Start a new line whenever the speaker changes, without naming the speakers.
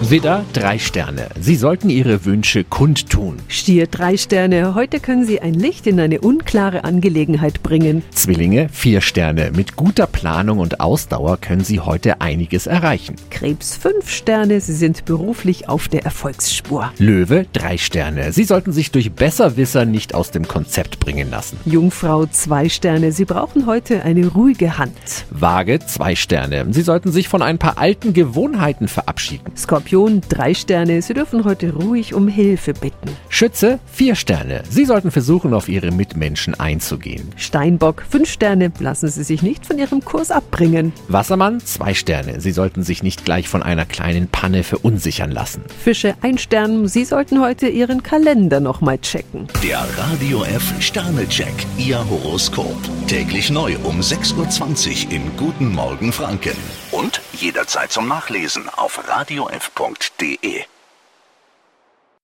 Widder, drei Sterne. Sie sollten Ihre Wünsche kundtun.
Stier, drei Sterne. Heute können Sie ein Licht in eine unklare Angelegenheit bringen.
Zwillinge, vier Sterne. Mit guter Planung und Ausdauer können Sie heute einiges erreichen.
Krebs, fünf Sterne. Sie sind beruflich auf der Erfolgsspur.
Löwe, drei Sterne. Sie sollten sich durch Besserwisser nicht aus dem Konzept bringen lassen.
Jungfrau, zwei Sterne. Sie brauchen heute eine ruhige Hand.
Waage, zwei Sterne. Sie sollten sich von ein paar alten Gewohnheiten verabschieden.
Skorpion, drei Sterne. Sie dürfen heute ruhig um Hilfe bitten.
Schütze, vier Sterne. Sie sollten versuchen, auf Ihre Mitmenschen einzugehen.
Steinbock, fünf Sterne. Lassen Sie sich nicht von Ihrem Kurs abbringen.
Wassermann, zwei Sterne. Sie sollten sich nicht gleich von einer kleinen Panne verunsichern lassen.
Fische, ein Stern. Sie sollten heute Ihren Kalender nochmal checken.
Der Radio F Sternecheck, Ihr Horoskop. Täglich neu um 6.20 Uhr im Guten Morgen Franken. Und jederzeit zum Nachlesen auf radiof.de.